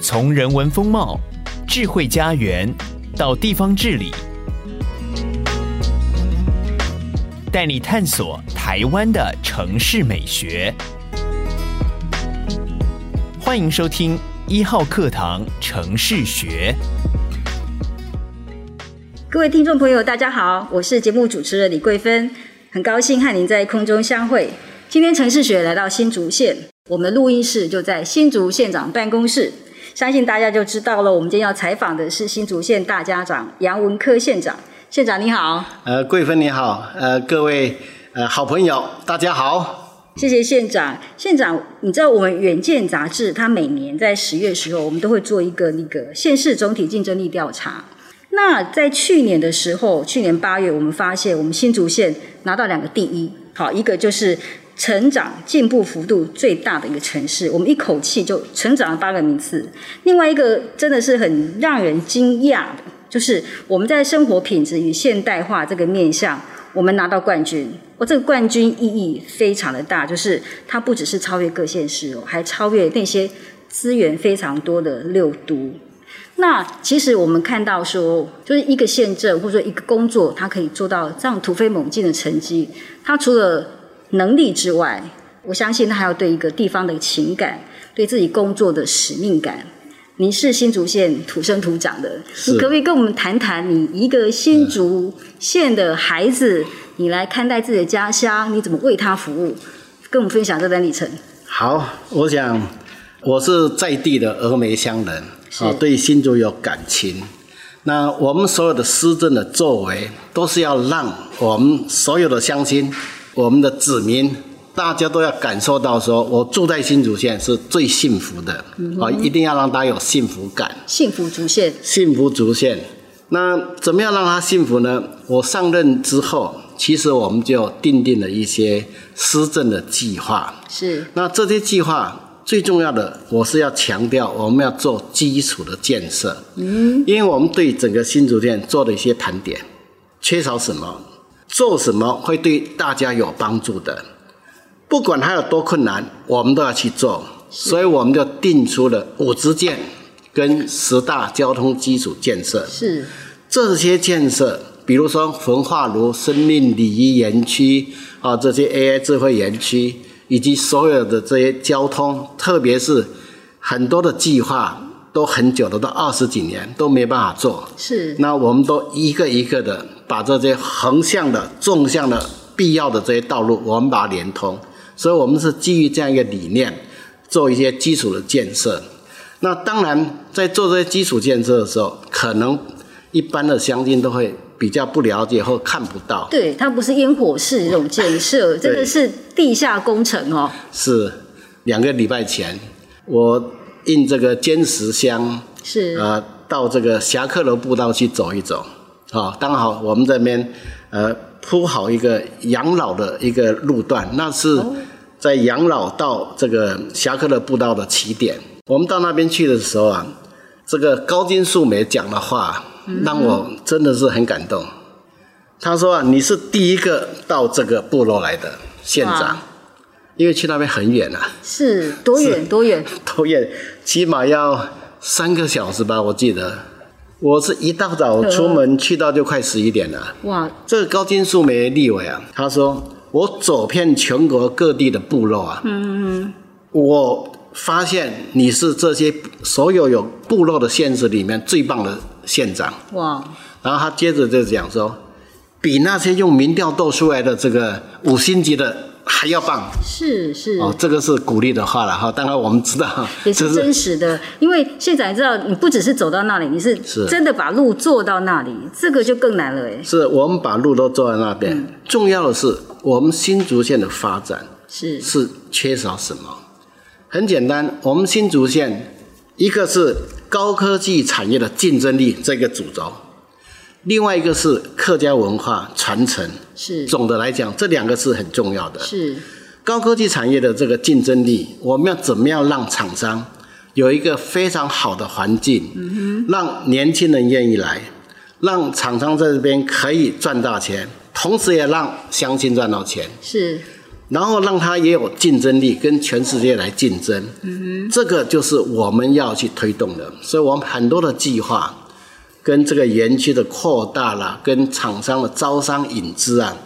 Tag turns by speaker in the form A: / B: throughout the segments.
A: 从人文风貌、智慧家园到地方治理，带你探索台湾的城市美学。欢迎收听一号课堂城市学。
B: 各位听众朋友，大家好，我是节目主持人李桂芬，很高兴和您在空中相会。今天城市学来到新竹县，我们的录音室就在新竹县长办公室。相信大家就知道了，我们今天要采访的是新竹县大家长杨文科县长。县长你好，
C: 呃，桂芬你好，呃，各位呃好朋友，大家好。
B: 谢谢县长。县长，你知道我们《远见》杂志，它每年在十月时候，我们都会做一个那个县市总体竞争力调查。那在去年的时候，去年八月，我们发现我们新竹县拿到两个第一，好，一个就是成长进步幅度最大的一个城市，我们一口气就成长了八个名次。另外一个真的是很让人惊讶的，就是我们在生活品质与现代化这个面向，我们拿到冠军。我、哦、这个冠军意义非常的大，就是它不只是超越各县市哦，还超越那些资源非常多的六都。那其实我们看到说，就是一个县政或者说一个工作，它可以做到这样突飞猛进的成绩，它除了能力之外，我相信它还要对一个地方的情感，对自己工作的使命感。您是新竹县土生土长的，
C: 是
B: 你可不可以跟我们谈谈你一个新竹县的孩子，你来看待自己的家乡，你怎么为他服务？跟我们分享这段历程。
C: 好，我想我是在地的峨眉乡人，
B: 是
C: 啊，对新竹有感情。那我们所有的施政的作为，都是要让我们所有的乡亲、我们的子民，大家都要感受到说，我住在新竹县是最幸福的，啊、一定要让大家有幸福感。
B: 幸福竹县
C: 幸福竹县。那怎么样让他幸福呢？我上任之后，其实我们就定定了一些施政的计划。
B: 是
C: 那这些计划最重要的，我是要强调，我们要做基础的建设。嗯，因为我们对整个新竹县做了一些盘点，缺少什么，做什么会对大家有帮助的，不管它有多困难，我们都要去做。所以我们就定出了五支箭跟十大交通基础建设。
B: 是
C: 这些建设，比如说焚化炉、生命礼仪园区啊，这些 AI 智慧园区，以及所有的这些交通，特别是很多的计划都很久了，都二十几年都没办法做。
B: 是
C: 那我们都一个一个的把这些横向的、纵向的、必要的这些道路，我们把它连通。所以，我们是基于这样一个理念，做一些基础的建设。那当然，在做这些基础建设的时候，可能一般的乡亲都会比较不了解或看不到。
B: 对，它不是烟火式这种建设，真的是地下工程哦。
C: 是两个礼拜前，我应这个坚石乡
B: 是、
C: 呃，到这个侠客楼步道去走一走。啊、刚好我们这边呃铺好一个养老的一个路段，那是
B: 哦
C: 在养老到这个侠客楼步道的起点。我们到那边去的时候啊，这个高金素梅讲的话
B: 嗯
C: 让我真的是很感动。他说啊，你是第一个到这个部落来的县
B: 哇
C: 长，因为去那边很远啊。
B: 是多远多远？
C: 头也起码要三个小时吧，我记得。我是一大早出门去到就快十一点了。
B: 哇，
C: 这个高金素梅立委啊，他说我走遍全国各地的部落啊，嗯嗯我发现你是这些所有有部落的县市里面最棒的县长。
B: 哇，
C: 然后他接着就讲说，比那些用民调斗出来的这个五星级的还要棒。
B: 是是。
C: 哦，这个是鼓励的话了哈。当然我们知道，
B: 也
C: 这
B: 是真实的，因为县长你知道，你不只是走到那里，你是
C: 是
B: 真的把路做到那里，这个就更难了哎。
C: 是我们把路都做在那边。重要的是，我们新竹县的发展
B: 是
C: 是缺少什么？很简单，我们新竹县一个是高科技产业的竞争力这个主轴，另外一个是客家文化传承。
B: 是
C: 总的来讲，这两个是很重要的。
B: 是
C: 高科技产业的这个竞争力，我们要怎么样让厂商有一个非常好的环境，让年轻人愿意来，让厂商在这边可以赚大钱，同时也让乡亲赚到钱。
B: 是
C: 然后让它也有竞争力，跟全世界来竞争。嗯这个就是我们要去推动的。所以我们很多的计划，跟这个园区的扩大啦，跟厂商的招商引资啊，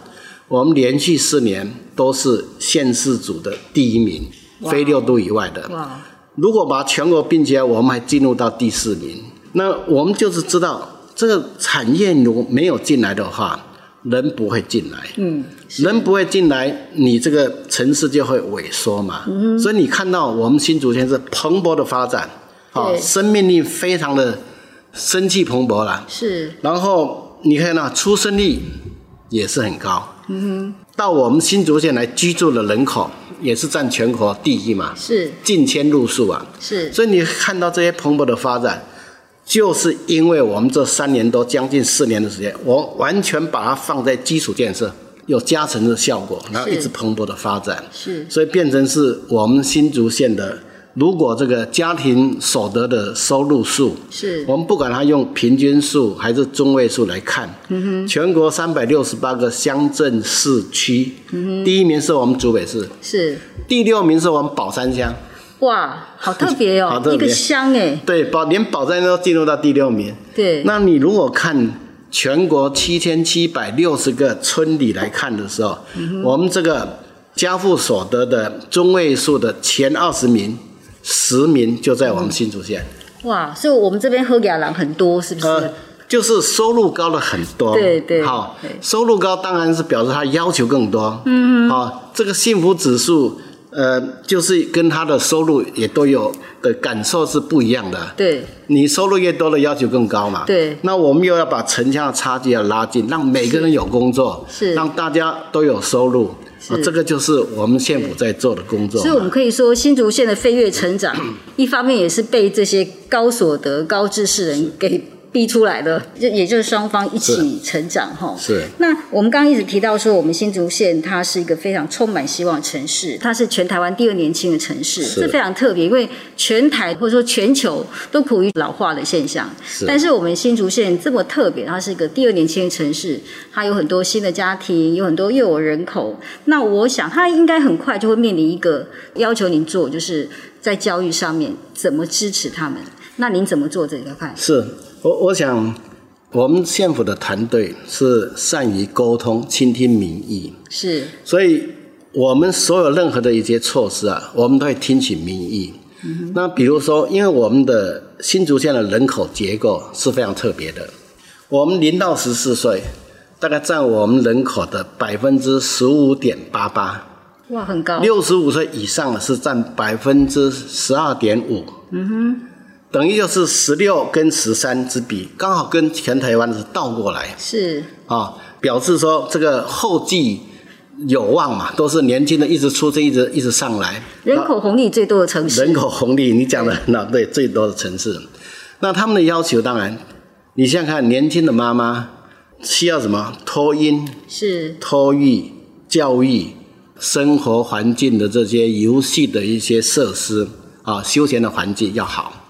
C: 我们连续四年都是县市组的第一名，非六都以外的。
B: 哇，
C: 如果把全国并起来，我们还进入到第四名。那我们就是知道，这个产业如没有进来的话，人不会进来。嗯，人不会进来，你这个城市就会萎缩嘛。嗯，所以你看到我们新竹县是蓬勃的发展，好、
B: 对
C: 生命力非常的生气蓬勃啦。
B: 是
C: 然后你看啊，出生率也是很高。嗯哼，到我们新竹县来居住的人口也是占全国第一嘛。
B: 是
C: 近千入数啊。
B: 是
C: 所以你看到这些蓬勃的发展，就是因为我们这三年多将近四年的时间，我完全把它放在基础建设，有加成的效果，然后一直蓬勃的发展，
B: 是
C: 所以变成是我们新竹县的。如果这个家庭所得的收入数，
B: 是
C: 我们不管它用平均数还是中位数来看，
B: 嗯
C: 全国三百六十八个乡镇市区，
B: 嗯
C: 第一名是我们竹北市，
B: 是，
C: 第六名是我们宝山乡，
B: 哇，好特别
C: 好
B: 哦，
C: 特别
B: 一个香哎，
C: 对，宝连宝山都进入到第六名。
B: 对，
C: 那你如果看全国七千七百六十个村里来看的时候，
B: 嗯
C: 我们这个家父所得的中位数的前二十名，十名就在我们新竹县，
B: 哇，所以我们这边喝雅郎很多，是不
C: 呃
B: 是？。
C: 就是收入高了很多，
B: 嗯对对
C: 好
B: 对，
C: 收入高当然是表示他要求更多，嗯，好、这个幸福指数，呃，就是跟他的收入也都有的感受是不一样的，
B: 对，
C: 你收入越多的要求更高嘛。
B: 对
C: 那我们又要把城乡的差距要拉近，让每个人有工作，
B: 是
C: 让大家都有收入。啊，这个就是我们县府在做的工作嘛。
B: 所以我们可以说，新竹县的飞跃成 长，一方面也是被这些高所得、高知识人给逼出来的，就也就是双方一起成长哈。
C: 是
B: 那我们刚刚一直提到说，我们新竹县它是一个非常充满希望的城市，它是全台湾第二年轻的城市，
C: 是
B: 这非常特别，因为全台或者说全球都苦于老化的现象。但是我们新竹县这么特别，它是一个第二年轻的城市，它有很多新的家庭，有很多幼儿人口。那我想，它应该很快就会面临一个要求您做，就是在教育上面怎么支持他们。那您怎么做这个看？
C: 是我我想，我们县府的团队是善于沟通、倾听民意，
B: 是
C: 所以我们所有任何的一些措施啊，我们都会听取民意。那比如说，因为我们的新竹县的人口结构是非常特别的，我们零到十四岁大概占我们人口的百分之十五点八八，
B: 哇，很高，
C: 六十五岁以上的是占百分之十二点五。嗯哼，等于就是十六跟十三之比，刚好跟全台湾是倒过来。
B: 是
C: 啊、表示说这个后继有望嘛，都是年轻的一直出生，一直一直上来，
B: 人口红利最多的城市。
C: 人口红利，你讲的那对最多的城市，那他们的要求当然，你想想看，年轻的妈妈需要什么？托婴、
B: 是
C: 托育、教育、生活环境的这些游戏的一些设施啊，休闲的环境要好。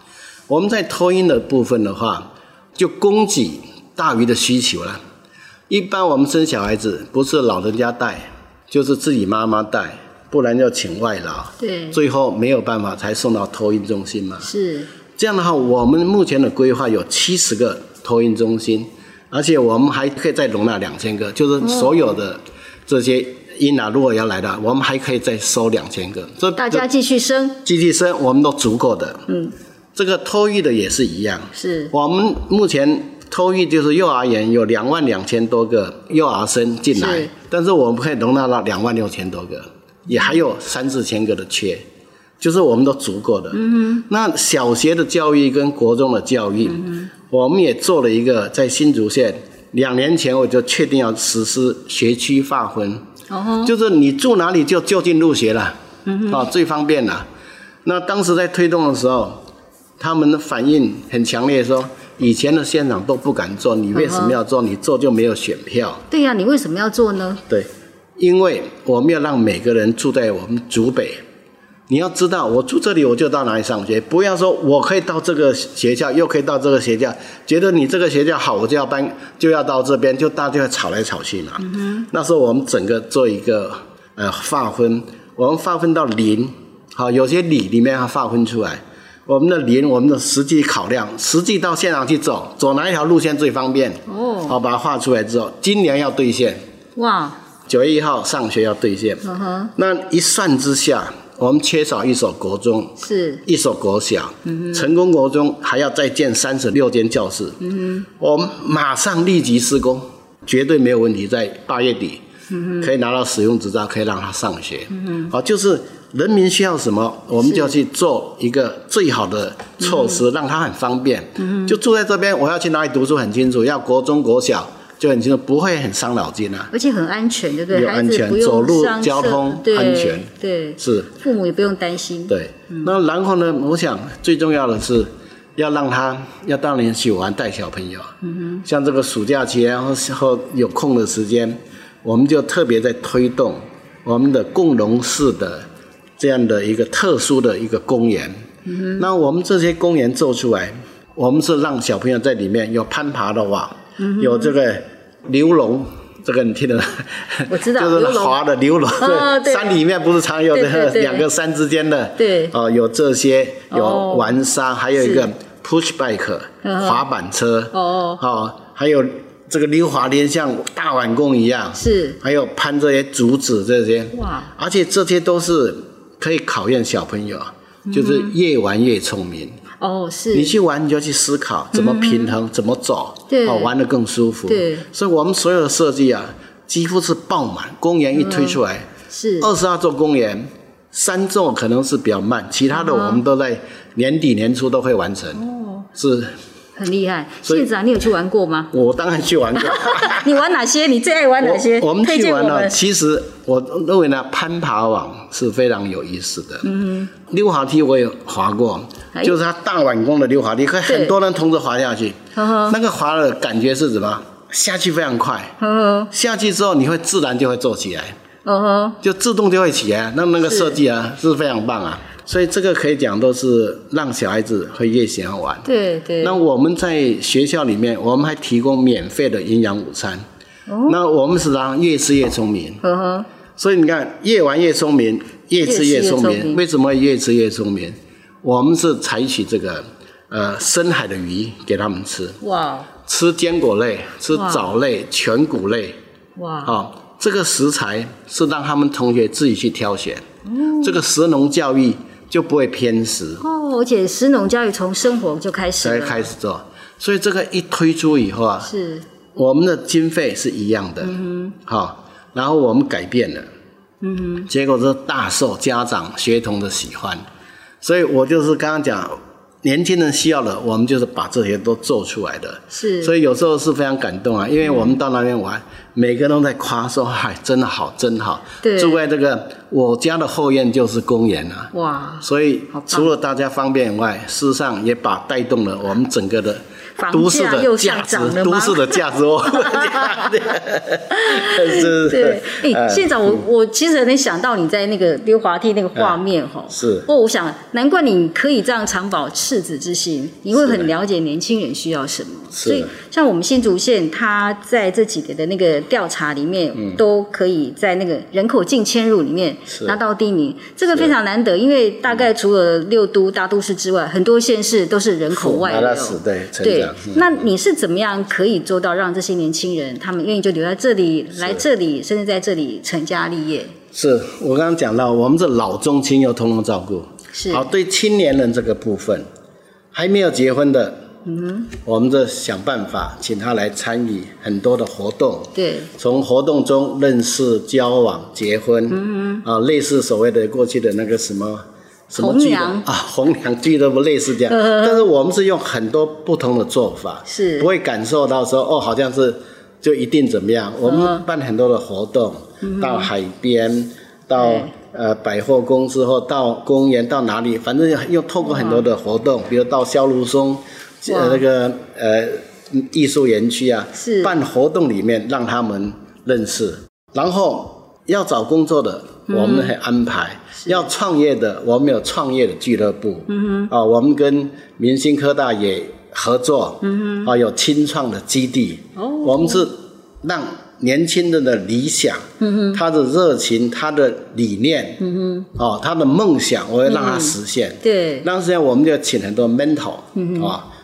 C: 我们在托婴的部分的话，就供给大于的需求了。一般我们生小孩子，不是老人家带，就是自己妈妈带，不然要请外劳。
B: 对
C: 最后没有办法才送到托婴中心嘛。
B: 是
C: 这样的话，我们目前的规划有七十个托运中心，而且我们还可以再容纳两千个，就是所有的这些婴儿如果要来的，我们还可以再收两千个。这
B: 大家
C: 这
B: 继续生，
C: 集体生我们都足够的。嗯，这个托育的也是一样。
B: 是
C: 我们目前托育就是幼儿园有两万两千多个幼儿生进来，
B: 是
C: 但是我们可以容纳到两万六千多个，也还有三四千个的缺，就是我们都足够的。嗯那小学的教育跟国中的教育，我们也做了一个在新竹县。两年前我就确定要实施学区划分，
B: 哦，
C: 就是你住哪里就就近入学了，啊，最方便了。那当时在推动的时候，他们的反应很强烈说，以前的县长都不敢做，你为什么要做？你做就没有选票。
B: 对呀、你为什么要做呢？
C: 对，因为我们要让每个人住在我们竹北。你要知道，我住这里，我就到哪里上学，不要说我可以到这个学校，又可以到这个学校，觉得你这个学校好，我就要搬，就要到这边，就大家就会吵来吵去嘛。那时候我们整个做一个呃划分，我们划分到零，好，有些里里面还划分出来。我们的零，我们的实际考量，实际到现场去走，走哪一条路线最方便？
B: 哦
C: 好，把它画出来之后，今年要兑现，
B: 哇，
C: 九月一号上学要兑现。
B: 嗯哼，
C: 那一算之下，我们缺少一所国中，
B: 是
C: 一所国小，
B: 嗯
C: 成功国中还要再建三十六间教室。
B: 嗯
C: 我们马上立即施工，绝对没有问题，在八月底
B: 嗯
C: 可以拿到使用执照，可以让他上学。好，就是人民需要什么，我们就要去做一个最好的措
B: 嗯
C: 施，让他很方便。就住在这边，我要去哪里读书很清楚，要国中国小就很清楚，不会很伤脑筋啊。
B: 而且很安全，对不对？
C: 有
B: 孩
C: 安
B: 子
C: 全
B: 不用
C: 走路
B: 上
C: 交
B: 厕
C: 通
B: 对
C: 安全
B: 对，
C: 是。
B: 父母也不用担心。嗯
C: 对，那然后呢？我想最重要的是要让他要到你喜欢带小朋友，嗯、像这个暑假期啊间或或有空的时间，我们就特别在推动我们的共融式的这样的一个特殊的一个公园。嗯、那我们这些公园做出来，我们是让小朋友在里面有攀爬的哇，
B: 嗯
C: 有这个流龙。这个你听得，
B: 我知道
C: 就是
B: 流龙
C: 滑的流龙，
B: 啊对
C: 山里面不是常有
B: 对对
C: 的
B: 对
C: 两个山之间的，
B: 对
C: 哦，有这些，有
B: 哦
C: 玩沙，还有一
B: 是
C: 个 push bike
B: 嗯哼
C: 滑板车，
B: 哦
C: 哦，还有这个溜滑梯，像大碗公一样，
B: 是
C: 还有攀这些竹子这些，
B: 哇，
C: 而且这些都是可以考验小朋友，就是越玩越聪明。
B: 哦，
C: 你
B: 嗯是嗯
C: 去玩，你就去思考怎么平衡，怎么走，
B: 对
C: 哦，玩得更舒服。
B: 对
C: 所以我们所有的设计啊，几乎是爆满。公园一推出来，
B: 是
C: 二十二座公园，三座可能是比较慢，其他的
B: 嗯
C: 我们都在年底年初都会完成。哦，是
B: 很厉害。
C: 所以
B: 县长，你有去玩过吗？
C: 我当然去玩过。
B: 你玩哪些？你最爱玩哪些？
C: 我我们
B: 推
C: 去
B: 荐我
C: 玩了，
B: 们
C: 其实我认为呢，攀爬网是非常有意思的。嗯，溜滑梯我也滑过，
B: 哎
C: 就是它大碗工的溜滑梯，可
B: 对
C: 很多人同时滑下去，
B: 呵呵
C: 那个滑的感觉是什么？下去非常快，
B: 嗯
C: 下去之后你会自然就会坐起来，
B: 哼嗯哼，
C: 就自动就会起来，那那个
B: 是
C: 设计啊是非常棒啊。所以这个可以讲都是让小孩子会越喜欢玩。
B: 对对。
C: 那我们在学校里面，我们还提供免费的营养午餐。
B: 哦
C: 那我们是让越吃越聪明，
B: 呵呵，
C: 所以你看，越玩越聪明，越吃越
B: 越吃越
C: 聪
B: 聪明
C: 明。为什么越吃越聪明？我们是采取这个呃深海的鱼给他们吃，
B: 哇
C: 吃坚果类、吃
B: 哇
C: 藻类、全谷类，
B: 哇，
C: 啊，这个食材是让他们同学自己去挑选。这个食农教育就不会偏食，
B: 哦，而且食农教育从生活就开始
C: 才
B: 了，
C: 开始做。所以这个一推出以后啊，
B: 是
C: 我们的经费是一样的，好、然后我们改变了，嗯结果是大受家长、学童的喜欢，所以我就是刚刚讲，年轻人需要的，我们就是把这些都做出来的，
B: 是，
C: 所
B: 以
C: 以有时候是非常感动啊，因为我们到那边玩，每个人都在夸说，哎，真好，真好，
B: 对
C: 住在这个我家的后院就是公园啊，
B: 哇，
C: 所以
B: 好棒
C: 除了大家方便以外，事实上也把带动了我们整个的
B: 房
C: 都市
B: 价
C: 的
B: 又
C: 价
B: 上
C: 值
B: 涨了，吗
C: 都市的价值哦，价值 是
B: 对，哎、
C: 呃
B: 县长，我我其实能想到你在那个溜滑梯那个画面哈、
C: 是
B: 哦，我想难怪你可以这样长保赤子之心，你会很了解年轻人需要什么。
C: 是
B: 所以像我们新竹县，它在这几年的那个调查里面，都可以在那个人口净迁入里面
C: 嗯是嗯
B: 拿到第一名，这个非常难得，因为大概除了六都大都市之外，很多县市都是人口外哦流。
C: 那那是对成
B: 对
C: 长，嗯，
B: 那你是怎么样可以做到让这些年轻人他们愿意就留在这里，来这里，甚至在这里成家立业？
C: 是我刚刚讲到，我们是老中青幼通通照顾。
B: 是
C: 好，对青年人这个部分，还没有结婚的，嗯，我们这想办法请他来参与很多的活动，
B: 对，
C: 从活动中认识、交往、结婚，嗯啊，类似所谓的过去的那个什么什么
B: 红
C: 俱乐
B: 娘
C: 啊，红娘俱乐部类似这样，但是我们是用很多不同的做法，
B: 是
C: 不会感受到说哦，好像是就一定怎么样。
B: 嗯
C: 我们办很多的活动，到海边，到
B: 对
C: 呃百货公司或到公园，到哪里，反正又透过很多的活动，比如到萧如松
B: 哇
C: 呃那个呃艺术园区啊，
B: 是
C: 办活动里面让他们认识，然后。要找工作的，我们还安排；要创业的，我们有创业的俱乐部。嗯啊，我们跟明星科大也合作。嗯啊，有清创的基地。
B: 哦
C: 我们是让年轻人的理想，嗯他的热情，他的理念，嗯哦，他的梦想，我要让他实现。
B: 对，
C: 那时候我们就请很多 mentor 啊、
B: 嗯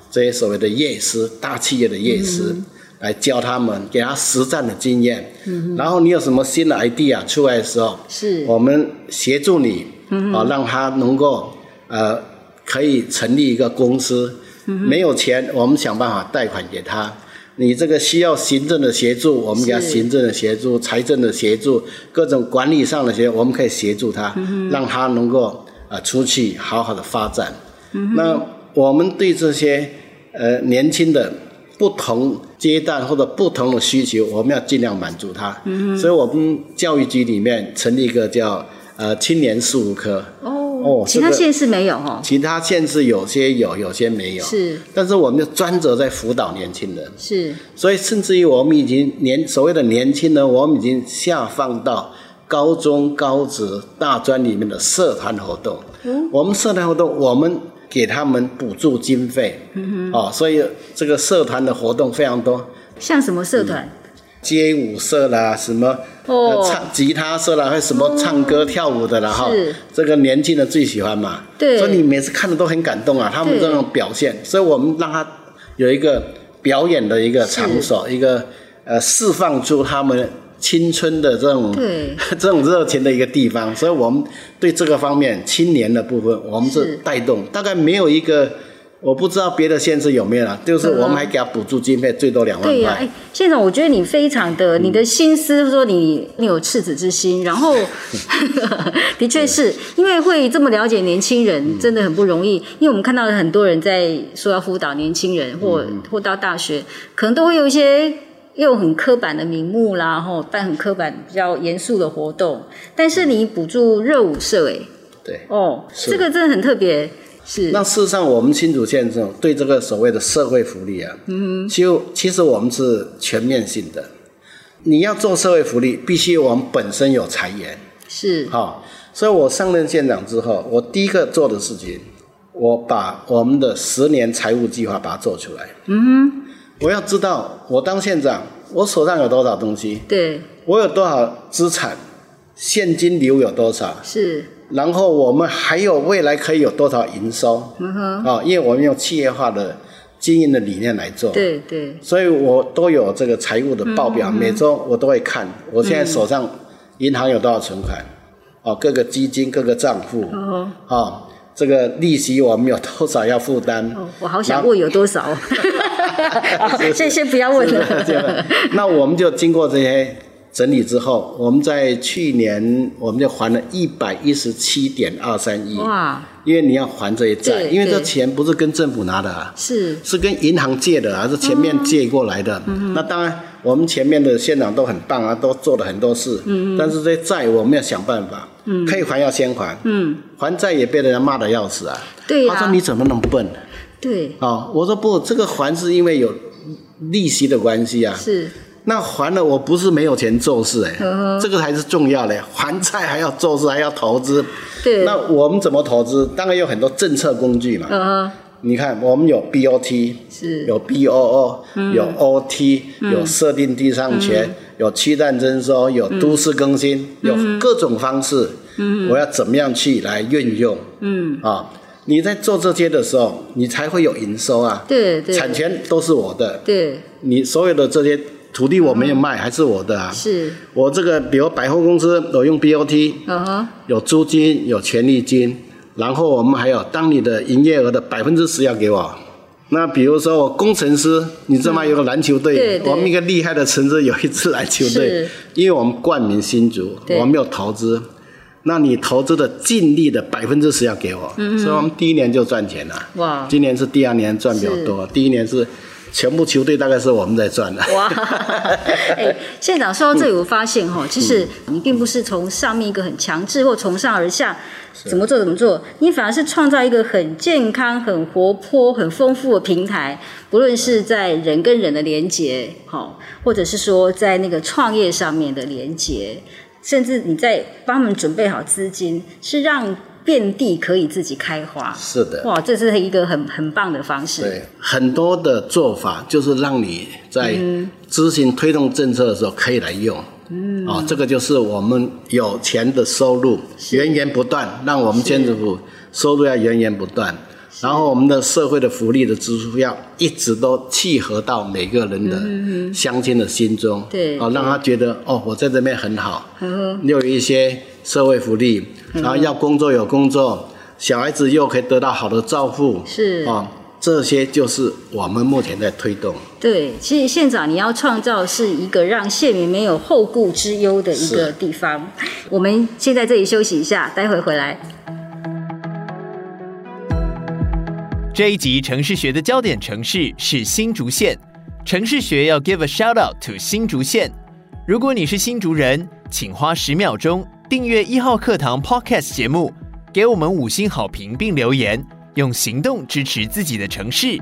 C: 这些所谓的业师，大企业的业师、
B: 嗯
C: 来教他们，给他实战的经验。然后你有什么新的 idea 出来的时候，
B: 是嗯
C: 我们协助你啊，让他能够呃可以成立一个公司。
B: 嗯
C: 没有钱，我们想办法贷款给他。你这个需要行政的协助，我们给他
B: 是
C: 行政的协助、财政的协助、各种管理上的协助，我们可以协助他，
B: 嗯
C: 让他能够啊出去好好的发展。那我们对这些呃年轻的不同阶段或者不同的需求，我们要尽量满足他。
B: 嗯
C: 所以我们教育局里面成立一个叫呃青年事务科。
B: 哦
C: 哦，
B: 其他
C: 这个
B: 县市没有哦，
C: 其他县市有些有，有些没有。
B: 是，
C: 但是我们就专责在辅导年轻人，
B: 是
C: 所以甚至于我们已经年所谓的年轻人，我们已经下放到高中、高职、大专里面的社团活动。我们社团活动，我们给他们补助经费。嗯哦，所以这个社团的活动非常多，
B: 像什么社团？
C: 街舞社啦，什么、
B: 哦
C: 呃唱吉他社啦，还有什么唱歌、跳舞的啦，哈
B: 是，
C: 这个年轻人最喜欢嘛。
B: 对
C: 所以你每次看的都很感动啊，他们
B: 对
C: 这种表现，所以我们让他有一个表演的一个场所，一个呃释放出他们青春的这种
B: 对
C: 这种热情的一个地方。所以我们对这个方面青年的部分，我们
B: 是
C: 是带动，大概没有一个。我不知道别的县市有没有啦，就是我们还给他补助经费，最多两万
B: 嗯
C: 块。
B: 对呀、哎，县长，我觉得你非常的，你的心思说你你有赤子之心，然 后的确是因为会这么了解年轻
C: 嗯
B: 人，真的很不容易。因为我们看到了很多人在说要辅导年轻人，或
C: 嗯
B: 或到大学，可能都会有一些。用很刻板的名目啦，吼办很刻板、比较严肃的活动，但是你补助热舞社、哎，
C: 对，
B: 哦，
C: 嗯是
B: 这个真的很特别，是
C: 那事实上，我们新竹县政府对这个所谓的社会福利啊，嗯，就其实我们是全面性的。你要做社会福利，必须我们本身有财源，
B: 是
C: 哈、所以我上任县长之后，我第一个做的事情，我把我们的十年财务计划把它做出来。嗯，我要知道我当县长，我手上有多少东西，
B: 对，
C: 我有多少资产，现金流有多少，
B: 是
C: 然后我们还有未来可以有多少营收？嗯哼，啊，因为我们用企业化的经营的理念来做，，
B: 对嗯对
C: 所以我都有这个财务的报表，每周我都会看，我现在手上银行有多少存款，哦、各个基金、各个账户，哦、这个利息我们有多少要负担？
B: 哦，我好想问有多少，好先先不要问了。
C: 那我们就经过这些整理之后，我们在去年我们就还了一百一十七点二三亿，
B: 哇，
C: 因为你要还这些债，
B: 对
C: 因为这
B: 对
C: 钱不是跟政府拿的啊，
B: 是
C: 是跟银行借的啊，是前面借过来的。那当然，我们前面的县长都很棒啊，都做了很多事。但是这些债我们要想办法，可以还要先还。还债也被人家骂的要死啊。
B: 对呀
C: 他说你怎么那么笨？
B: 对，
C: 啊、我说不，这个还是因为有利息的关系啊。
B: 是嗯
C: 那还了，我不是没有钱做事哎、这个才是重要嘞。还债还要做事，还要投资。
B: 对
C: 那我们怎么投资？当然有很多政策工具嘛。
B: 呃，
C: 你看，我们有 BOT，
B: 是嗯
C: 有 BOO，、有 OT，、有设定地上权，有区段征收，有
B: 嗯
C: 都市更新，有各种方式。嗯，我要怎么样去来运用？嗯，啊，你在做这些的时候，你才会有营收啊。
B: 对对
C: 产权都是我的，
B: 对
C: 你所有的这些土地我没有卖，还是我的啊。
B: 是，
C: 我这个比如百货公司，我用 BOT，
B: 嗯哼，
C: 有租金，有权利金，然后我们还有当你的营业额的百分之十要给我。那比如说我工程师，你知道吗？有个篮球队，
B: 对对
C: 我们一个厉害的城市有一支篮球队
B: 是，
C: 因为我们冠名新竹，
B: 对
C: 我们有投资。那你投资的净利的百分之十要给我，
B: 嗯
C: 所以我们第一年就赚钱了。
B: 哇
C: 今年是第二年赚比较多，第一年是全部球队大概是我们在赚的。
B: 哇！ 哎，县长说到这里，我发现
C: 嗯
B: 哈，其实你并不是从上面一个很强制或从上而下怎么做怎么做，你反而是创造一个很健康、很活泼、很丰富的平台，不论是在人跟人的连接，好，或者是说在那个创业上面的连接，甚至你在帮他们准备好资金，是让遍地可以自己开花。
C: 是的，
B: 哇，这是一个很很棒的方式。
C: 对，很多的做法就是让你在执行推动政策的时候可以来用。嗯，哦，这个就是我们有钱的收入源源不断，让我们县政府收入要源源不断，然后我们的社会的福利的支出要一直都契合到每个人的乡亲的心中，
B: 对
C: 哦，让他觉得哦，我在这边很好，又有一些社会福利，然后要工作有工作，小孩子又可以得到好的照顾，
B: 是
C: 哦，这些就是我们目前在推动。
B: 对，其实县长你要创造是一个让县民没有后顾之忧的一个地方。我们先在这里休息一下，待会回来。
A: 这一集城市学的焦点城市是新竹县，城市学要 give a shout out to 新竹县。如果你是新竹人，请花十秒钟订阅一号课堂 podcast 节目，给我们五星好评并留言，用行动支持自己的城市。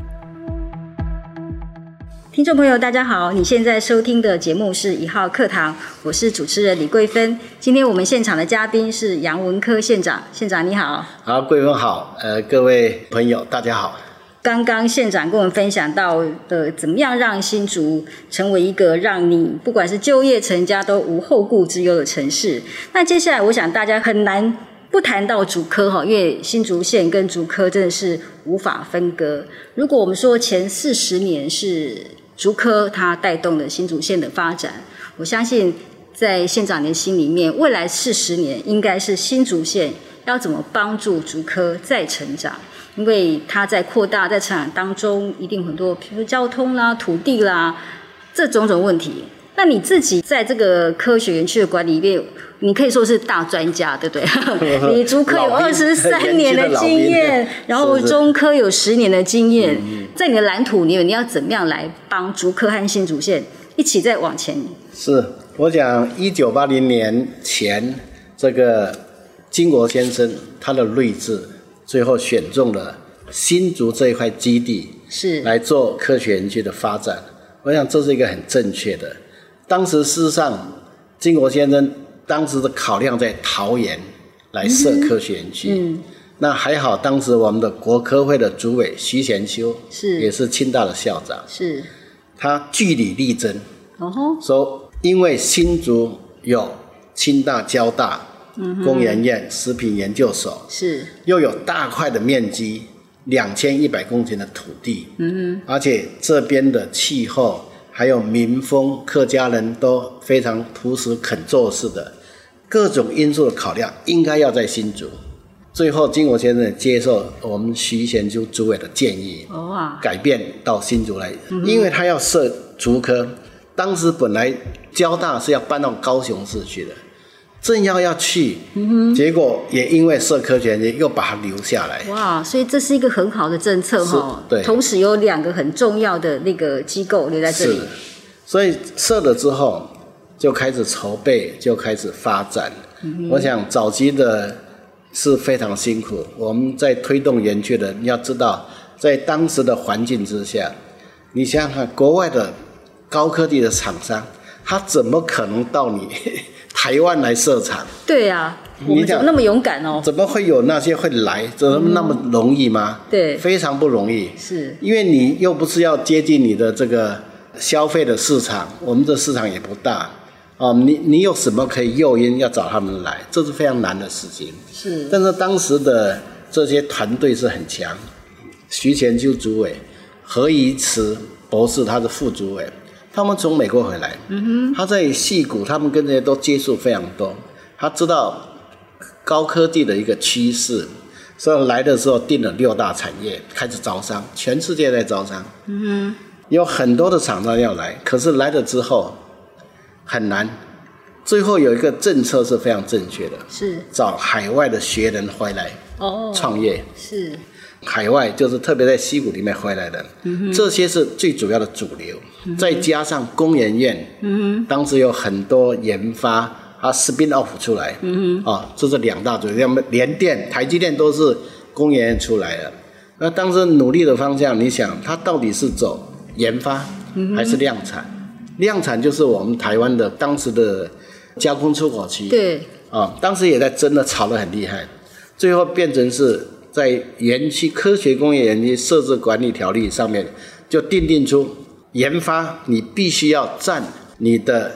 B: 听众朋友，大家好！你现在收听的节目是一号课堂，我是主持人李桂芬。今天我们现场的嘉宾是杨文科县长，县长你好。
C: 好，贵芬好，呃，各位朋友大家好。
B: 刚刚县长跟我们分享到的，呃怎么样让新竹成为一个让你不管是就业成家都无后顾之忧的城市。那接下来，我想大家很难不谈到竹科哈，因为新竹县跟竹科真的是无法分割。如果我们说前四十年是竹科它带动了新竹县的发展，我相信在县长您心里面，未来四十年应该是新竹县要怎么帮助竹科再成长。因为它在扩大，在成长当中，一定很多，比如说交通啦、土地啦，这种种问题。那你自己在这个科学园区的管理里面，你可以说是大专家，对不 对？你竹科有
C: 老
B: 二
C: 兵
B: 十三年的经
C: 园区的老
B: 验
C: 兵，嗯
B: 然后
C: 是是
B: 中科有十年的经验，在你的蓝图里面，你要怎么样来帮竹科和新竹县一起再往前？
C: 是，我想一九八零年前，这个金国先生他的睿智，最后选中了新竹这一块基地
B: 是
C: 来做科学园区的发展。我想这是一个很正确的。当时事实上，金国先生当时的考量在桃园来设科学园区。那还好，当时我们的国科会的主委徐贤修
B: 是
C: 也是清大的校长，
B: 是，
C: 他据理力争，
B: 哦吼，
C: 说，因为新竹有清大、交大、工研院、食品研究所，
B: 是
C: 又有大块的面积，两千一百公顷的土地，嗯，而且这边的气候还有民风，客家人都非常朴实肯做事的，各种因素的考量，应该要在新竹。最后，金国先生也接受我们徐贤珠主委的建议，
B: 哦啊，
C: 改变到新竹来，因为他要设竹科。当时本来交大是要搬到高雄市去的，正要要去，结果也因为社科学院又把它留下来。
B: 哇，所以这是一个很好的政策哈、
C: 是对
B: 同时有两个很重要的那个机构留在这里
C: 是，，所以设了之后就开始筹备，就开始发展。我想早期的是非常辛苦，我们在推动园区的，你要知道，在当时的环境之下，你想想看，国外的高科技的厂商，他怎么可能到你 台湾来设厂？
B: 对啊，
C: 你
B: 我们怎么
C: 讲
B: 那么勇敢哦？
C: 怎么会有那些会来？怎么那么容易吗？
B: 对
C: 非常不容易。
B: 是
C: 因为你又不是要接近你的这个消费的市场，我们的市场也不大哦。你你有什么可以诱因要找他们来？这是非常难的事情。
B: 是
C: 但是当时的这些团队是很强，徐前秋主委、何怡慈博士他是副主委，他们从美国回来，嗯、他在戏谷，他们跟这些都接触非常多，他知道高科技的一个趋势，所以来的时候定了六大产业，开始招商，全世界在招商，嗯、有很多的厂商要来，可是来了之后很难。最后有一个政策是非常正确的，
B: 是
C: 找海外的学人回来
B: 哦，
C: 创业，
B: 是
C: 海外就是特别在溪谷里面回来的，这些是最主要的主流。再加上工研院，嗯当时有很多研发啊 spin off 出来，啊，这是两大主流，要么联电、台积电都是工研院出来的。那当时努力的方向，你想它到底是走研发还是量产？量产就是我们台湾的当时的加工出口期，
B: 对
C: 啊、当时也在争的吵得很厉害。最后变成是在园区科学工业园区设置管理条例上面就定定出研发你必须要占你的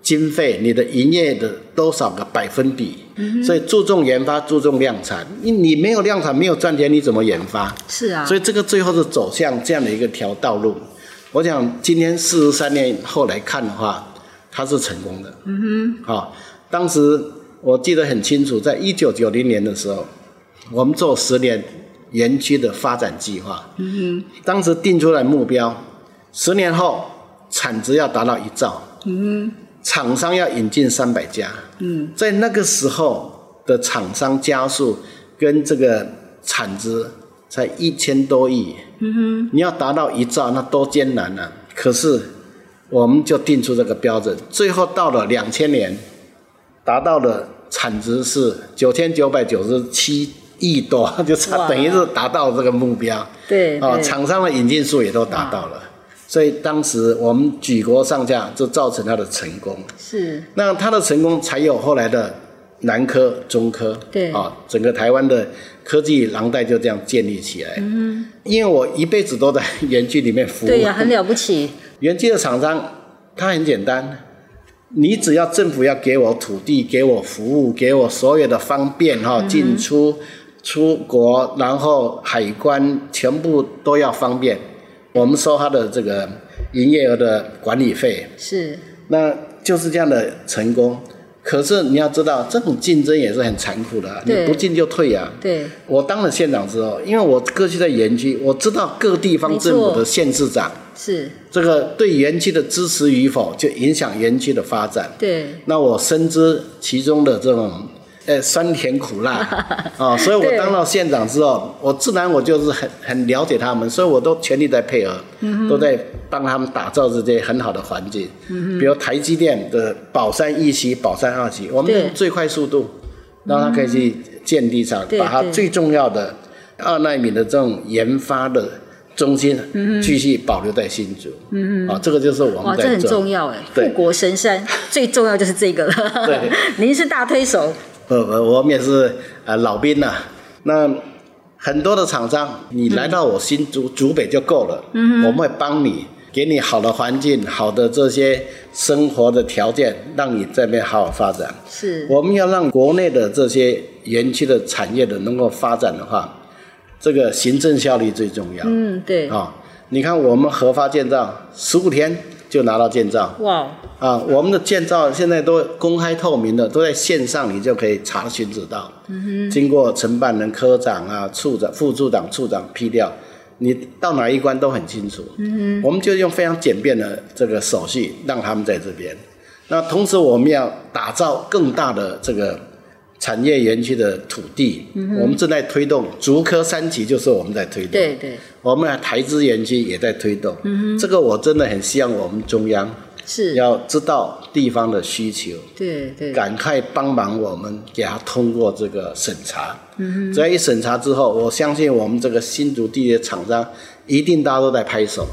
C: 经费、你的营业的多少个百分比，所以注重研发，注重量产。你你没有量产，没有赚钱，你怎么研发？
B: 是啊，
C: 所以这个最后的走向这样的一个条道路，我想今天四十三年后来看的话，它是成功的。嗯哼，好、当时我记得很清楚，在一九九零年的时候，我们做十年园区的发展计划。嗯哼，当时定出来目标，十年后产值要达到一兆。嗯哼，厂商要引进三百家。嗯，在那个时候的厂商加速跟这个产值才一千多亿。嗯哼，你要达到一兆，那多艰难啊！可是我们就定出这个标准，最后到了两千年，达到了产值是九千九百九十七亿多， 就差
B: 哇
C: 等于是达到这个目标。
B: 对
C: 哦，
B: 对啊
C: 厂商的引进数也都达到了，所以当时我们举国上下就造成它的成功。
B: 是
C: 那它的成功才有后来的南科、中科，
B: 对
C: 啊、整个台湾的科技廊带就这样建立起来。嗯，因为我一辈子都在 园区里面服务，
B: 对呀、很了不起，
C: 园区的厂商它很简单，你只要政府要给我土地、给我服务、给我所有的方便哈，进出、出国，然后海关全部都要方便，我们收他的这个营业额的管理费，
B: 是
C: 那就是这样的成功。可是你要知道，这种竞争也是很残酷的啊，你
B: 对
C: 不进就退呀、
B: 对，
C: 我当了县长之后，因为我过去在园区，我知道各地方政
B: 没
C: 府
B: 错
C: 的县市长。
B: 是，
C: 这个对园区的支持与否，就影响园区的发展。
B: 对，
C: 那我深知其中的这种，呃，酸甜苦 辣啊、所以我
B: 对
C: 当到县长之后，我自然我就是很很了解他们，所以我都全力在配合，
B: 嗯
C: 都在帮他们打造这些很好的环境。
B: 嗯
C: 比如台积电的宝山一期、宝山二期，我们
B: 对
C: 用最快速度让它可以去建地上，
B: 嗯对
C: 把它
B: 对
C: 最重要的二纳米的这种研发的中心
B: 嗯
C: 继续保留在新竹。嗯啊，这个就是我
B: 哇，
C: 们
B: 这
C: 在
B: 很
C: 做
B: 重。要哎，
C: 对
B: 护国神山最重要就是这个了。
C: 对，
B: 您是大推手，
C: 呃，我我们也是呃老兵呐、那很多的厂商，你来到我新竹竹北就够了，嗯，我们会帮你，给你好的环境，好的这些生活的条件，让你这边好好发展。
B: 是
C: 我们要让国内的这些园区的产业的能够发展的话，这个行政效率最重要。啊、
B: 嗯，对，
C: 你看我们核发建造十五天就拿到建造，
B: 哇，
C: 啊，我们的建造现在都公开透明的，都在线上，你就可以查询得到。嗯、经过承办人、科长啊、处长、副处长、处长批掉，你到哪一关都很清楚。嗯、我们就用非常简便的这个手续，让他们在这边。那同时，我们要打造更大的这个产业园区的土地。嗯、我们正在推动竹科三期，就是我们在推动。
B: 对对
C: 我们的台资园区也在推动。嗯、这个我真的很希望我们中央。
B: 是，
C: 要知道地方的需求，
B: 对对
C: 赶快帮忙我们给他通过这个审查。嗯、只要一审查之后，我相信我们这个新竹地的厂商一定大家都在拍手。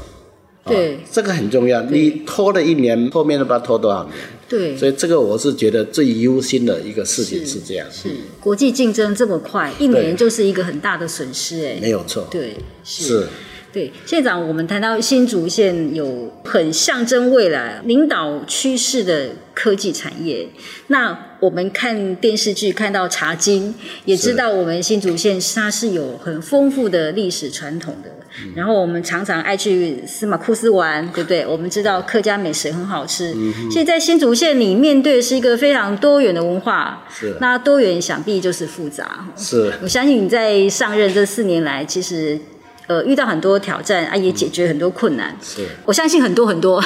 C: 啊
B: 对
C: 这个很重要。
B: 对嗯
C: 你拖了一年，后面要不要拖多少年？
B: 对，
C: 所以这个我是觉得最忧心的一个事情是这样，
B: 是国际竞争这么快，一
C: 对
B: 年就是一个很大的损失哎，
C: 没有错。
B: 对，
C: 是。
B: 对，县长，我们谈到新竹县有很象征未来、领导趋势的科技产业。那我们看电视剧看到茶经，也知道我们新竹县它是有很丰富的历史传统的。然后我们常常爱去司马库斯玩，对不对？我们知道客家美食很好吃。现在新竹县你面对的是一个非常多元的文化，
C: 是
B: 那多元想必就是复杂。
C: 是
B: 我相信你在上任这四年来，其实呃遇到很多挑战啊，也解决很多困难。
C: 是
B: 我相信很多很多。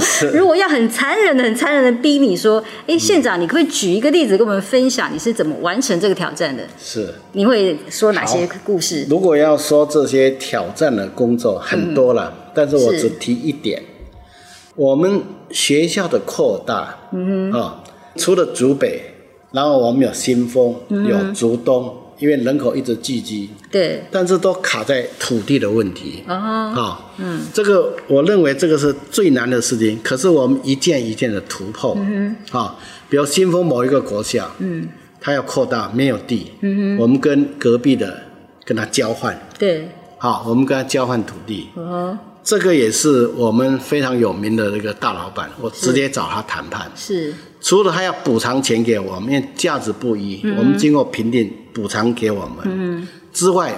C: 是
B: 如果要很残忍的、很残忍的逼你说，哎，县长，你可不可以举一个例子跟我们分享你是怎么完成这个挑战的？
C: 是。
B: 你会说哪些故事？
C: 如果要说这些挑战的工作很多了，但是我
B: 是
C: 只提一点，我们学校的扩大，嗯啊、除了竹北，然后我们有新丰，有竹东，因为人口一直聚集，
B: 对，
C: 但是都卡在土地的问题啊
B: 哦，
C: 嗯，这个我认为这个是最难的事情，可是我们一件一件的突破，嗯啊、比如新丰某一个国小，嗯，他要扩大没有地，嗯、我们跟隔壁的跟他交换，
B: 对，
C: 好，我们跟他交换土地，
B: 哦，
C: 这个也是我们非常有名的那个大老板，我直接找他谈判。
B: 是
C: 除了他要补偿钱给我们，因为价值不一，
B: 嗯
C: 我们经过评定补偿给我们、之外，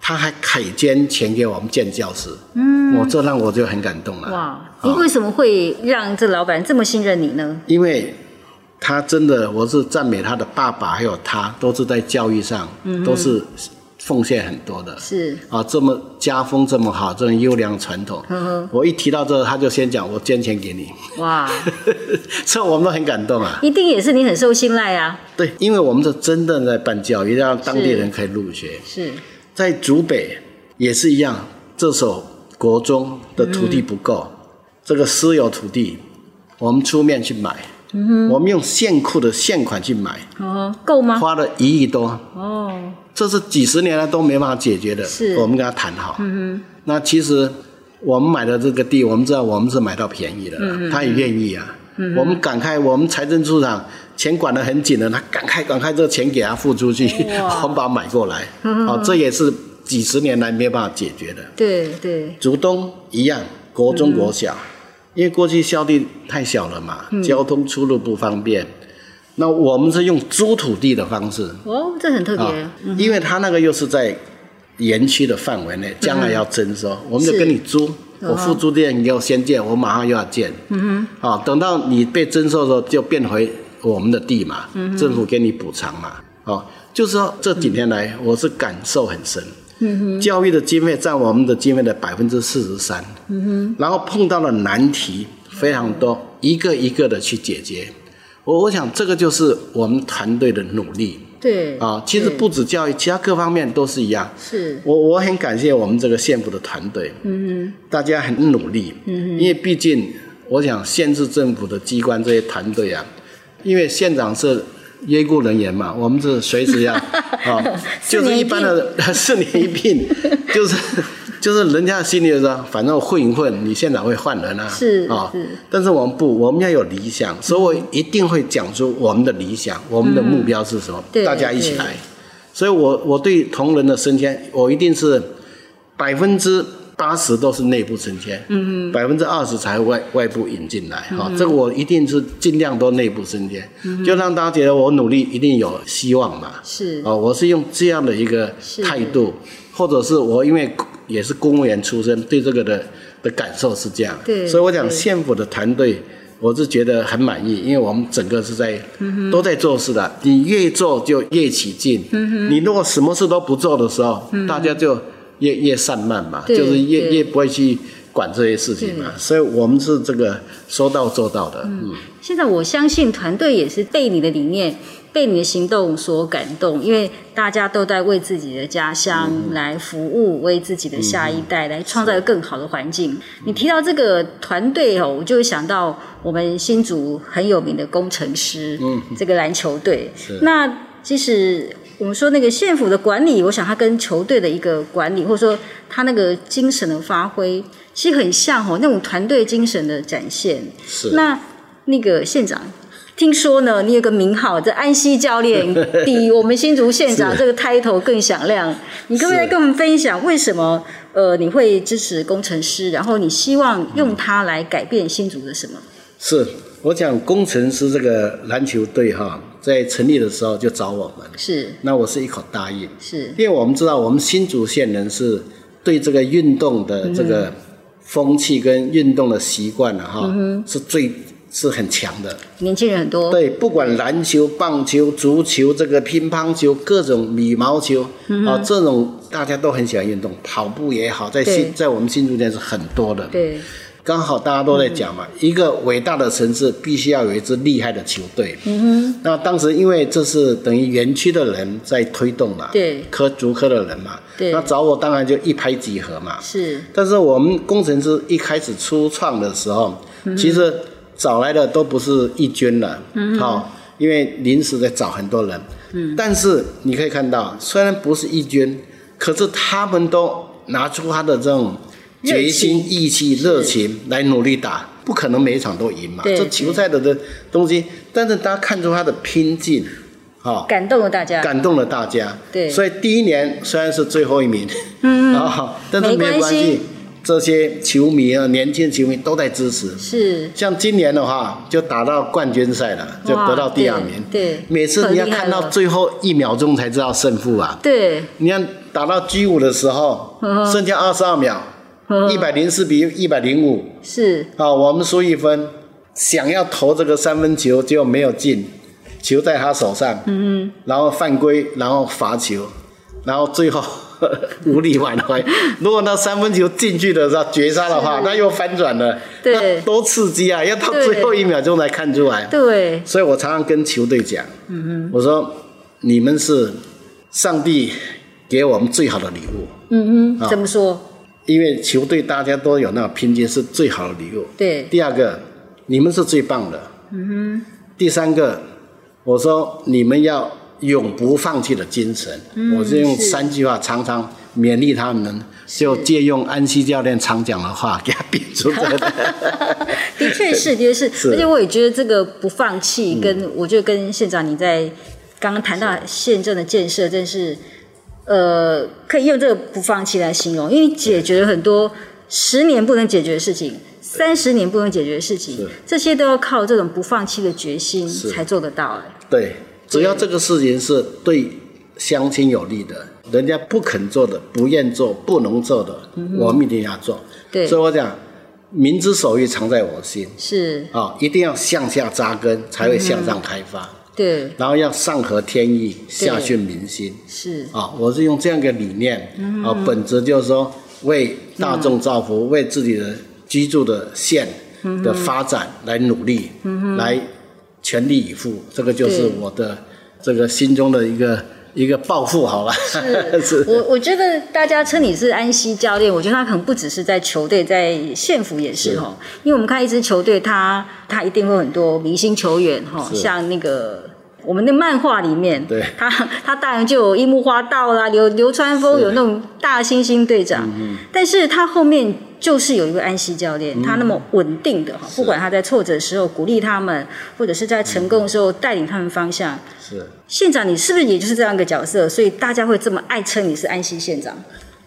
C: 他还凯捐钱给我们建教室，嗯，我这让我就很感动了。
B: 哇，
C: 好
B: 你为什么会让这老板这么信任你呢？
C: 因为他真的，我是赞美他的爸爸，还有他都是在教育上，都是奉献很多的。
B: 嗯是
C: 啊，这么家风这么好，这种优良传统，
B: 嗯
C: 我一提到这个，他就先讲我捐钱给你，
B: 哇，
C: 这我们都很感动啊。
B: 一定也是你很受信赖啊。
C: 对，因为我们是真正在办教育，让当地人可以入学。
B: 是
C: 在竹北也是一样，这所国中的土地不够，这个私有土地，我们出面去买，我们用现库的现款去买，
B: 哦，够吗？
C: 花了一亿多，
B: 哦，
C: 这是几十年来都没办法解决的。
B: 是
C: 我们跟他谈好。那其实我们买的这个地，我们知道我们是买到便宜的啦，他也愿意啊。我们赶快，我们财政处长钱管得很紧的，他赶快赶快这个钱给他付出去， 我们把它买过来。哦，这也是几十年来没有办法解决的。
B: 对对，
C: 竹东一样，国中国小，因为过去校地太小了嘛，交通出入不方便。那我们是用租土地的方式，
B: 哦，这很特别。
C: 啊，因为他那个又是在园区的范围内，将来要征收，我嗯们就是跟你租，我付租店你要先建，我马上又要建，嗯哼，啊，等到你被征收的时候就变回我们的地嘛，政府给你补偿嘛，哦，就是说这几年来我是感受很深。教育的经费占我们的经费的百分之四十三，然后碰到了难题非常多，一个一个的去解决。我我想这个就是我们团队的努力。
B: 对
C: 啊，其实
B: 对
C: 不止教育，其他各方面都是一样。
B: 是
C: 我我很感谢我们这个县府的团队，嗯大家很努力，嗯因为毕竟我想县市政府的机关这些团队啊，因为县长是约雇人员嘛，我们是随时 要啊，
B: 四
C: 就是
B: 年一
C: 一般的 四年一聘，就是就是人家心里就说，反正我混一混，你县长会换人啊，
B: 是
C: 啊
B: 是，
C: 但是我们不，我们要有理想，所以我一定会讲出我们的理想，我们的目标是什么，
B: 对
C: 大家一起
B: 对
C: 来。所以我我对同仁的升迁，我一定是百分之八十都是内部升迁，嗯百分之二十才外外部引进来，哈、这个我一定是尽量都内部升迁，就让大家觉得我努力一定有希望嘛，
B: 是
C: 哦，我是用这样的一个
B: 是
C: 态度，或者是我因为也是公务员出身，对这个的的感受是这样，
B: 对
C: 所以我讲
B: 对
C: 县府的团队。我是觉得很满意，因为我们整个是在、
B: 嗯
C: 都在做事的，你越做就越起劲。
B: 嗯
C: 你如果什么事都不做的时候，大家就越越散漫嘛，
B: 对
C: 就是越
B: 对
C: 越不会去管这些事情嘛。所以我们是这个说到做到的。嗯，
B: 现在我相信团队也是被你的理念、被你的行动所感动，因为大家都在为自己的家乡来服务，为自己的下一代来创造更好的环境。你提到这个团队哦，我就会想到我们新竹很有名的工程师，嗯，这个篮球队。那其实我们说那个县府的管理，我想它跟球队的一个管理，或者说他那个精神的发挥，其实很像哦，那种团队精神的展现。
C: 是。
B: 那那个县长，听说呢，你有个名号，这安西教练比我们新竹县 长这个 title 更响亮。你可不可以来
C: 是
B: 跟我们分享，为什么呃你会支持工程师，然后你希望用它来改变新竹的什么？
C: 是我讲工程师这个篮球队哈，在成立的时候就找我们，
B: 是
C: 那我是一口答应。
B: 是
C: 因为我们知道，我们新竹县人是对这个运动的这个风气跟运动的习惯了哈，是最是很强的。
B: 年轻人很多，
C: 对，不管篮球、棒球、足球、这个乒乓球、各种羽毛球，啊、这种大家都很喜欢运动，跑步也好，在
B: 对
C: 新在我们新竹县是很多的。
B: 对
C: 刚好大家都在讲
B: 嗯
C: 嘛，一个伟大的城市必须要有一支厉害的球队。嗯哼。那当时因为这是等于园区的人在推动嘛，
B: 对
C: 科竹科的人嘛，
B: 对
C: 那找我当然就一拍即合嘛。
B: 是
C: 但是我们工程师一开始初创的时候，其实找来的都不是义军了，好、因为临时在找很多人。嗯，但是你可以看到，虽然不是义军，可是他们都拿出他的这种决心、义气、热情来努力打，不可能每一场都赢嘛。
B: 对
C: 这
B: 对
C: 球赛的的东西，但是大家看出他的拼劲，好、
B: 感动了大家。
C: 感动了大家。
B: 对
C: 所以第一年虽然是最后一名，嗯啊，但是没
B: 没
C: 有关
B: 关系
C: 系，这些球迷啊，年轻球迷都在支持。
B: 是
C: 像今年的话，就打到冠军赛了，就
B: 哇
C: 得到第二名。
B: 对对
C: 每次你要
B: 很厉害
C: 看到
B: 了
C: 最后一秒钟才知道胜负啊。
B: 对，
C: 你看打到 G 五的时候，剩下二十二秒，一百零四比一百零五
B: 是
C: 啊，我们输一分，想要投这个三分球结果没有进，球在他手上，嗯然后犯规，然后罚球，然后最后 无力挽回。如果那三分球进去的时候绝杀的话，那又翻转了，
B: 对
C: 那多刺激啊！要到
B: 对
C: 最后一秒钟才看出来。
B: 对，
C: 所以我常常跟球队讲，嗯我说你们是上帝给我们最好的礼物，
B: 嗯
C: 啊
B: 哼，怎么说？
C: 因为球队大家都有那种拼劲是最好的礼物。
B: 对
C: 第二个，你们是最棒的。嗯第三个，我说你们要永不放弃的精神，我是用
B: 嗯是
C: 三句话常常勉励他们，就借用安西教练常讲的话给他摒出来 的。
B: 的确是，的确是，而且我也觉得这个不放弃，跟我觉得跟县长你在刚刚谈到县政的建设，真是呃，可以用这个不放弃来形容，因为解决了很多十年不能解决的事情。三十年不能解决的事情
C: 是，
B: 这些都要靠这种不放弃的决心才做得到。哎
C: 对，只要这个事情是对乡亲有利的，人家不肯做的、不愿做、不能做的，我们一定要做。
B: 嗯对
C: 所以我讲，民之所欲，常在我心。
B: 是，
C: 啊、一定要向下扎根，才会向上开发，
B: 嗯对，
C: 然后要上合天意，下训民心。
B: 是，
C: 啊、我是用这样一个理念，啊、
B: 嗯
C: 本质就是说为大众造福，为自己的居住的县
B: 嗯
C: 的发展来努力，来全力以赴，这个就是
B: 对
C: 我的这个心中的一个一个抱负，好了， 是
B: 我我觉得大家称你是安西教练，我觉得他可能不只是在球队，在县府也是哦。因为我们看一支球队，他他一定会有很多明星球员哈，
C: 是
B: 像那个。我们的漫画里面，
C: 对
B: 他他当然就有樱木花道啦，流流川枫
C: 是嗯
B: 有那种大猩猩队长，但是他后面就是有一位安西教练，他那么稳定的哈，不管他在挫折的时候鼓励他们，或者是在成功的时候带领他们方向，
C: 是。
B: 县长，你是不是也就是这样一个角色？所以大家会这么爱称你是安西县长？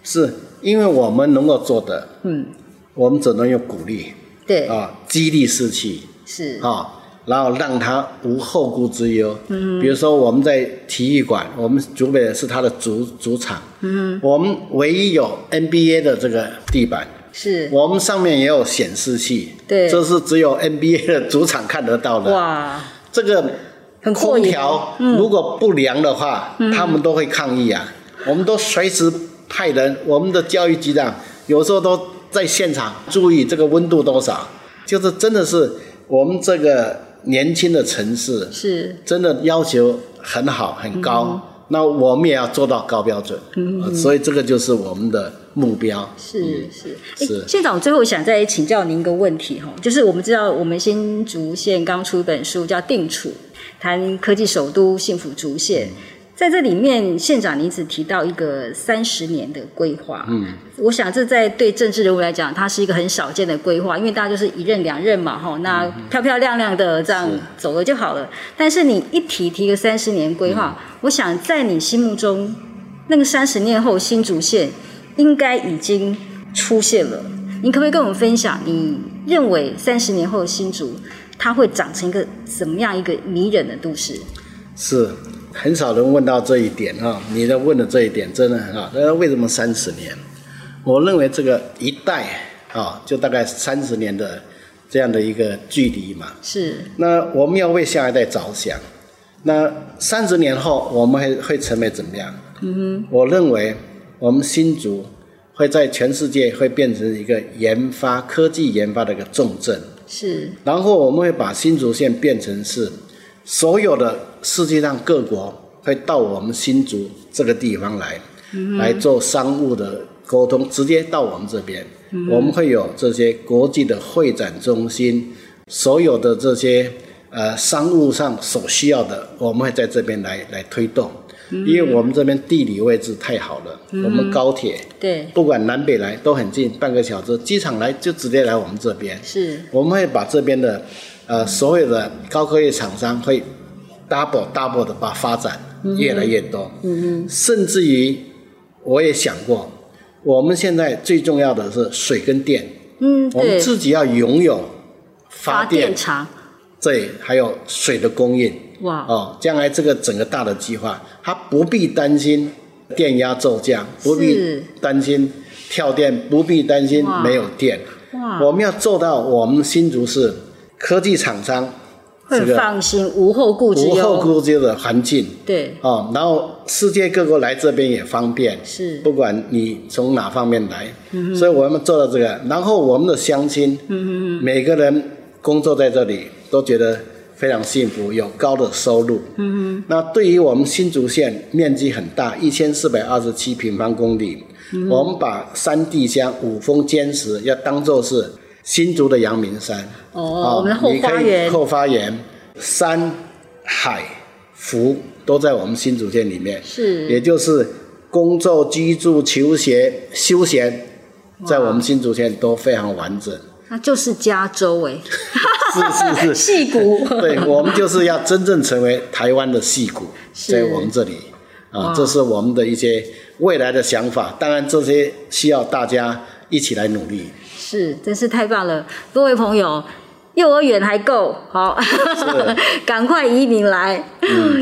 C: 是因为我们能够做的，
B: 嗯，
C: 我们只能用鼓励
B: 对，
C: 啊，激励士气，
B: 是
C: 啊、，然后让他无后顾之忧。嗯，比如说我们在体育馆，我们主北是他的主主场。嗯，我们唯一有 NBA 的这个地板，
B: 是，
C: 我们上面也有显示器。
B: 对
C: 这是只有 NBA 的主场看得到的。，
B: 哇，
C: 这个
B: 很过
C: 空
B: 瘾嗯
C: 调如果不良的话，他们都会抗议啊。我们都随时派人，我们的教育局长有时候都在现场注意这个温度多少，就是真的是我们这个年轻的城市，
B: 是
C: 真的要求很好很
B: 嗯
C: 高。那我们也要做到高标准，嗯、所以这个就是我们的目标。
B: 是是。
C: 是
B: 诶县长，我最后想再请教您一个问题哈，就是我们知道我们新竹县刚出一本书叫《定处》，谈科技首都幸福竹县。在这里面，县长你只提到一个三十年的规划，嗯，我想这在对政治人物来讲，它是一个很少见的规划，因为大家就是一任两任嘛，哈，那漂漂亮亮的这样走了就好了。但是你一提提个三十年规划，我想在你心目中，那个三十年后新竹县应该已经出现了。你可不可以跟我们分享，你认为三十年后的新竹，它会长成一个怎么样一个迷人的都市？
C: 是很少人问到这一点哈、你在问的这一点真的很好。那为什么三十年？我认为这个一代啊、就大概三十年的这样的一个距离嘛。
B: 是
C: 那我们要为下一代着想。那三十年后，我们会会成为怎么样？嗯哼，我认为我们新竹会在全世界会变成一个研发科技研发的一个重镇。
B: 是
C: 然后我们会把新竹县变成是所有的世界上各国会到我们新竹这个地方来，来做商务的沟通，直接到我们这边。我们会有这些国际的会展中心，所有的这些呃商务上所需要的，我们会在这边来来推动。因为我们这边地理位置太好了，我们高铁
B: 对，
C: 不管南北来都很近，半个小时，机场来就直接来我们这边。
B: 是
C: 我们会把这边的呃所有的高科技厂商会 double double 的把发展越来越多，嗯嗯，甚至于我也想过，我们现在最重要的是水跟电，
B: 嗯，
C: 我们
B: 对，
C: 自己要拥有
B: 发
C: 发
B: 电
C: 电
B: 厂，
C: 对，还有水的供应。
B: 哇
C: 哦，将来这个整个大的计划，它不必担心电压骤降，不必
B: 是
C: 担心跳电，不必担心
B: 哇
C: 没有电。
B: 哇
C: 我们要做到我们新竹市科技厂商这
B: 很
C: 个
B: 放心，无后顾之
C: 无后
B: 忧，
C: 顾之忧的环境。
B: 对，
C: 哦，然后世界各国来这边也方便，
B: 是
C: 不管你从哪方面来，所以我们做到这个。然后我们的乡亲，嗯、每个人工作在这里都觉得非常幸福，有高的收入。嗯、那对于我们新竹县面积很大，一千四百二十七平方公里，我们把山地乡五峰坚石要当做是新竹的阳明山。
B: 哦我们的后
C: 啊你可以
B: 花园
C: 后花园，山、海、福都在我们新竹县里面，
B: 是
C: 也就是工作、居住、求学、休闲，在我们新竹县都非常完整。
B: 那就是加州哎，
C: 是是是，
B: 戏骨
C: 对我们就是要真正成为台湾的戏骨，
B: 是
C: 在我们这里
B: 哇
C: 啊，这是我们的一些未来的想法。当然，这些需要大家一起来努力。
B: 是，真是太棒了，各位朋友。幼儿园还够好， 赶快移民来。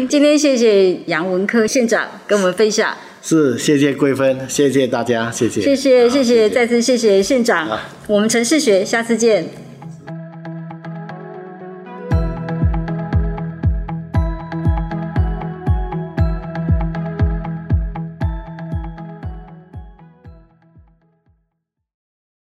B: 今天谢谢杨文科县长跟我们分享，
C: 是，谢谢桂芬，谢谢大家，谢谢，
B: 谢谢啊
C: 好
B: 谢谢，再次谢谢县长
C: 好。
B: 我们城市学，下次见。